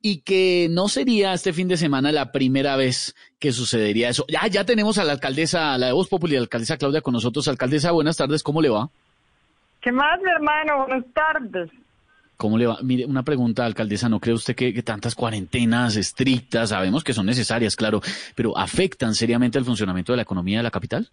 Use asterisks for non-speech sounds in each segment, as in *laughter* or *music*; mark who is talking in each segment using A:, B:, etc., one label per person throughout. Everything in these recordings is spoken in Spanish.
A: y que no sería este fin de semana la primera vez que sucedería eso. Ya, ya tenemos a la alcaldesa, a la de Voz Populi, la alcaldesa Claudia con nosotros. Alcaldesa, buenas tardes, ¿cómo le va?
B: ¿Qué más, mi hermano? Buenas tardes.
A: ¿Cómo le va? Mire, una pregunta, alcaldesa, ¿no cree usted que, que tantas cuarentenas estrictas, sabemos que son necesarias, claro, pero afectan seriamente el funcionamiento de la economía de la capital?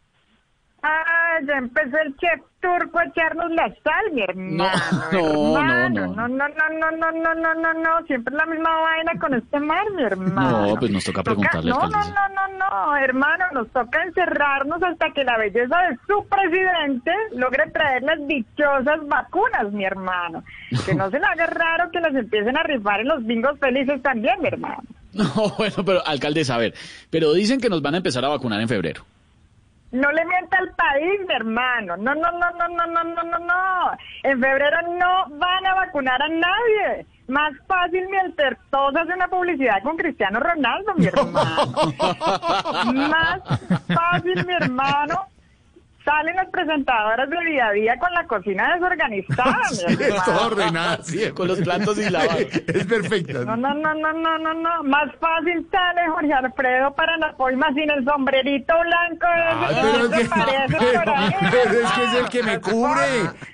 B: Ah, ya empezó el chef turco a echarnos la sal, mi hermano.
A: no,
B: hermano.
A: no, no.
B: no, no, no, no, no, no, no, no, siempre es la misma vaina con este mar, mi hermano.
A: No, pues nos toca preguntarle,
B: no, no,
A: alcaldesa.
B: no, no, no, hermano, nos toca encerrarnos hasta que la belleza de su presidente logre traer las dichosas vacunas, mi hermano. Que no se le haga raro que las empiecen a rifar en los bingos felices también, mi hermano.
A: *laughs* No, bueno, pero alcaldesa, a ver, pero dicen que nos van a empezar a vacunar en febrero.
B: No le mienta al país, mi hermano. No, no, no, no, no, no, no, no, no. En febrero no van a vacunar a nadie. Más fácil mientras todos hace una publicidad con Cristiano Ronaldo, mi hermano. Más fácil, mi hermano. Salen las presentadoras de día a día con la cocina desorganizada, mi hermano.
C: Está ordenada siempre.
A: Con los platos sin *laughs* lavar.
C: Es perfecta.
B: No, no, no, no, no, no, no. Más fácil sale Jorge Alfredo para la poima sin el sombrerito blanco.
C: Ah,
B: ese
C: pero, es
B: que
C: que,
B: se parece
C: *laughs* pero-
B: por ahí.
C: pero es que es el que me cubre,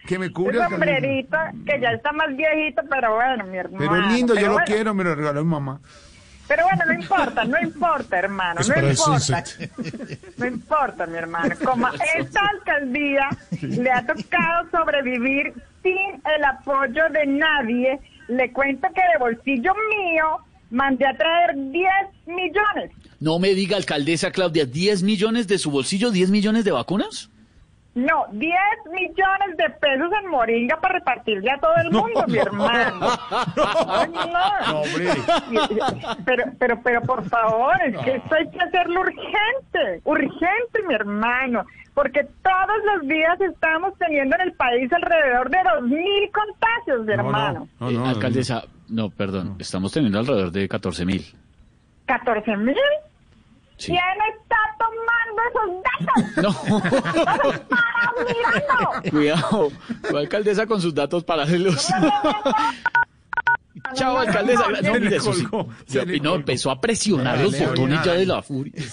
C: que me
B: Un
C: cubre. alcaldesa.
B: sombrerito que ya está más viejito, pero bueno, mi hermano.
C: Pero es lindo, yo
B: pero
C: lo
B: bueno,
C: quiero, me lo regaló mi mamá.
B: Pero bueno, no importa, no importa, hermano,
D: Es
B: no
D: para el
B: importa.
D: sunset.
B: No importa, mi hermano. Como a esta alcaldía le ha tocado sobrevivir sin el apoyo de nadie, le cuento que de bolsillo mío mandé a traer 10 millones.
A: No me diga, alcaldesa Claudia, ¿10 millones de su bolsillo, 10 millones de vacunas?
B: No, 10 millones de pesos en moringa para repartirle a todo el mundo, mi hermano. Ay,
C: No, hombre.
B: Pero, pero, pero por favor, es que esto hay que hacerlo urgente, urgente, mi hermano, porque todos los días estamos teniendo en el país alrededor de 2.000 contagios, mi
C: No, no,
B: hermano.
C: no,
A: Eh,
C: no, no.
A: alcaldesa, no, perdón, estamos teniendo alrededor de 14 mil.
B: ¿14.000?
A: Sí.
B: ¿Quién está tomando esos datos?
A: No, *laughs*
B: ¡Para mirando!
C: *laughs*
A: cuidado, la alcaldesa con sus datos paralelos. Chao, alcaldesa. No,
C: Se le
A: mire, eso sí.
C: colgó, se
A: Yo-
C: le
A: y no,
C: colgó.
A: empezó a presionar
C: No,
A: los
C: le oye
A: botones ya
C: nada.
A: de la furia.